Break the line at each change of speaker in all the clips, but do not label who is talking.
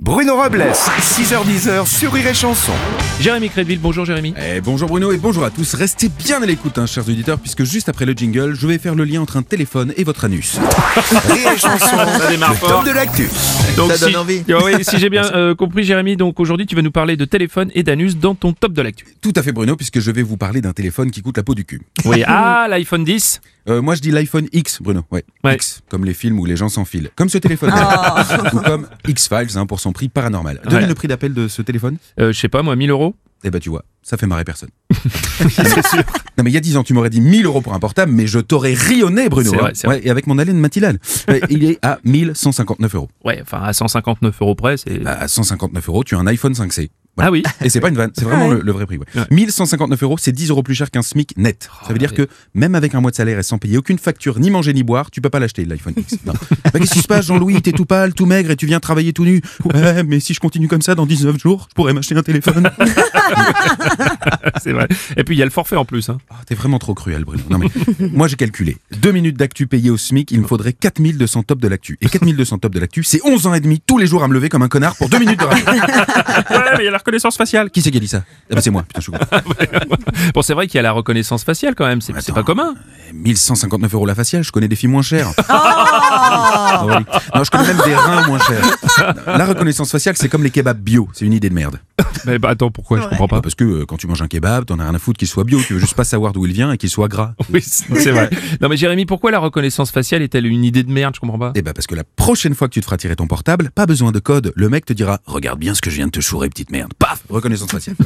Bruno Robles, 6h10 sur Rire et Chanson.
Jérémy Crédville, bonjour Jérémy.
Eh, bonjour Bruno et bonjour à tous. Restez bien à l'écoute, hein, chers auditeurs, puisque juste après le jingle, je vais faire le lien entre un téléphone et votre anus.
Rire et Chanson,
Ça démarre
le top de l'actu.
Donc,
Ça donne
si,
envie.
Ah oui, si j'ai bien euh, compris Jérémy, donc aujourd'hui tu vas nous parler de téléphone et d'anus dans ton top de l'actu.
Tout à fait Bruno, puisque je vais vous parler d'un téléphone qui coûte la peau du cul.
Oui. Ah l'iPhone 10.
Euh, moi je dis l'iPhone X, Bruno. Ouais.
Ouais.
X, comme les films où les gens s'enfilent. Comme ce téléphone.
Oh.
Ou comme X-Files hein, pour son prix paranormal. Donnez
Ouais.
le prix d'appel de ce téléphone.
Euh, je sais pas moi 1000 euros.
Eh ben tu vois, ça fait marrer personne. Non mais il y a 10 ans, tu m'aurais dit 1000 euros pour un portable, mais je t'aurais rionné Bruno.
C'est
hein.
vrai, c'est
Ouais, et avec mon haleine matinale. Ouais, il est à 1159 euros.
Ouais, enfin à 159 euros près. C'est...
Bah, à 159 euros, tu as un iPhone 5C. Voilà.
Ah oui.
Et c'est pas une vanne, c'est vraiment le, le vrai prix. ouais.
Ouais.
1159 euros, c'est 10 euros plus cher qu'un SMIC net.
Oh,
ça veut dire
allez.
que même avec un mois de salaire et sans payer aucune facture, ni manger ni boire, tu peux pas l'acheter l'iPhone X. Non. Bah, qu'est-ce qui se passe, Jean-Louis T'es tout pâle, tout maigre et tu viens travailler tout nu. Ouais, mais si je continue comme ça dans 19 jours, je pourrais m'acheter un téléphone.
c'est vrai. Et puis il y a le forfait en plus. Hein.
Oh, T'es vraiment trop cruel, Bruno. Non, mais moi j'ai calculé. Deux minutes d'actu payées au SMIC, il me faudrait 4200 tops de l'actu. Et 4200 tops de l'actu, c'est 11 ans et demi tous les jours à me lever comme un connard pour deux minutes de radio.
Ouais, mais il y a la reconnaissance faciale.
Qui c'est qui a dit ça Ah bah, C'est moi, putain, je suis con.
Bon, c'est vrai qu'il y a la reconnaissance faciale quand même. C'est, c'est pas
Attends.
commun.
Eh, 1159 euros la faciale, je connais des filles moins chères. Ah oui. non, je connais même des reins moins chers. La reconnaissance faciale, c'est comme les kebabs bio, c'est une idée de merde.
Mais bah, attends pourquoi je comprends
Bah,
pas.
parce que euh, quand tu manges un kebab, t'en as rien à foutre qu'il soit bio, tu veux juste pas savoir d'où il vient et qu'il soit gras.
Oui, c'est c'est vrai. Non mais Jérémy, pourquoi la reconnaissance faciale est-elle une idée de merde Je comprends pas.
Eh bah parce que la prochaine fois que tu te feras tirer ton portable, pas besoin de code, le mec te dira Regarde bien ce que je viens de te chourer, petite merde. Paf Reconnaissance faciale.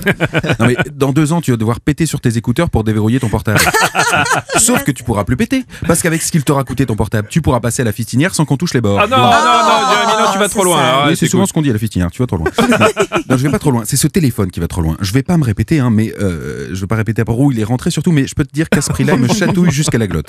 non mais dans deux ans, tu vas devoir péter sur tes écouteurs pour déverrouiller ton portable. Sauf que tu pourras plus péter, parce qu'avec ce qu'il t'aura coûté ton portable, tu pourras passer à la fistinière sans qu'on touche les bords.
Ah non,
Voilà.
non, non, Jérémy, non, tu vas trop loin. alors,
Oui,
Ah ouais,
c'est souvent
cool.
ce qu'on dit à la fitinière, tu vas trop loin. non, non, je vais pas trop loin, c'est ce téléphone qui va trop loin. Je vais pas me répéter, hein, mais euh, je vais pas répéter à part où il est rentré surtout, mais je peux te dire qu'à ce prix-là, il me chatouille jusqu'à la glotte.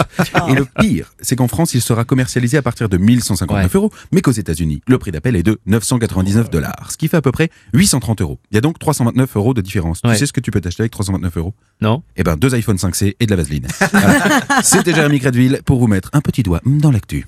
Et le pire, c'est qu'en France, il sera commercialisé à partir de 1159 euros, mais qu'aux États-Unis, le prix d'appel est de 999 dollars, ce qui fait à peu près 830 euros. Il y a donc 329 euros de différence.
Ouais.
Tu sais ce que tu peux t'acheter avec 329 euros
Non.
Eh ben, deux iPhone 5C et de la vaseline. Voilà. C'était Jérémy Credville pour vous mettre un petit doigt dans l'actu.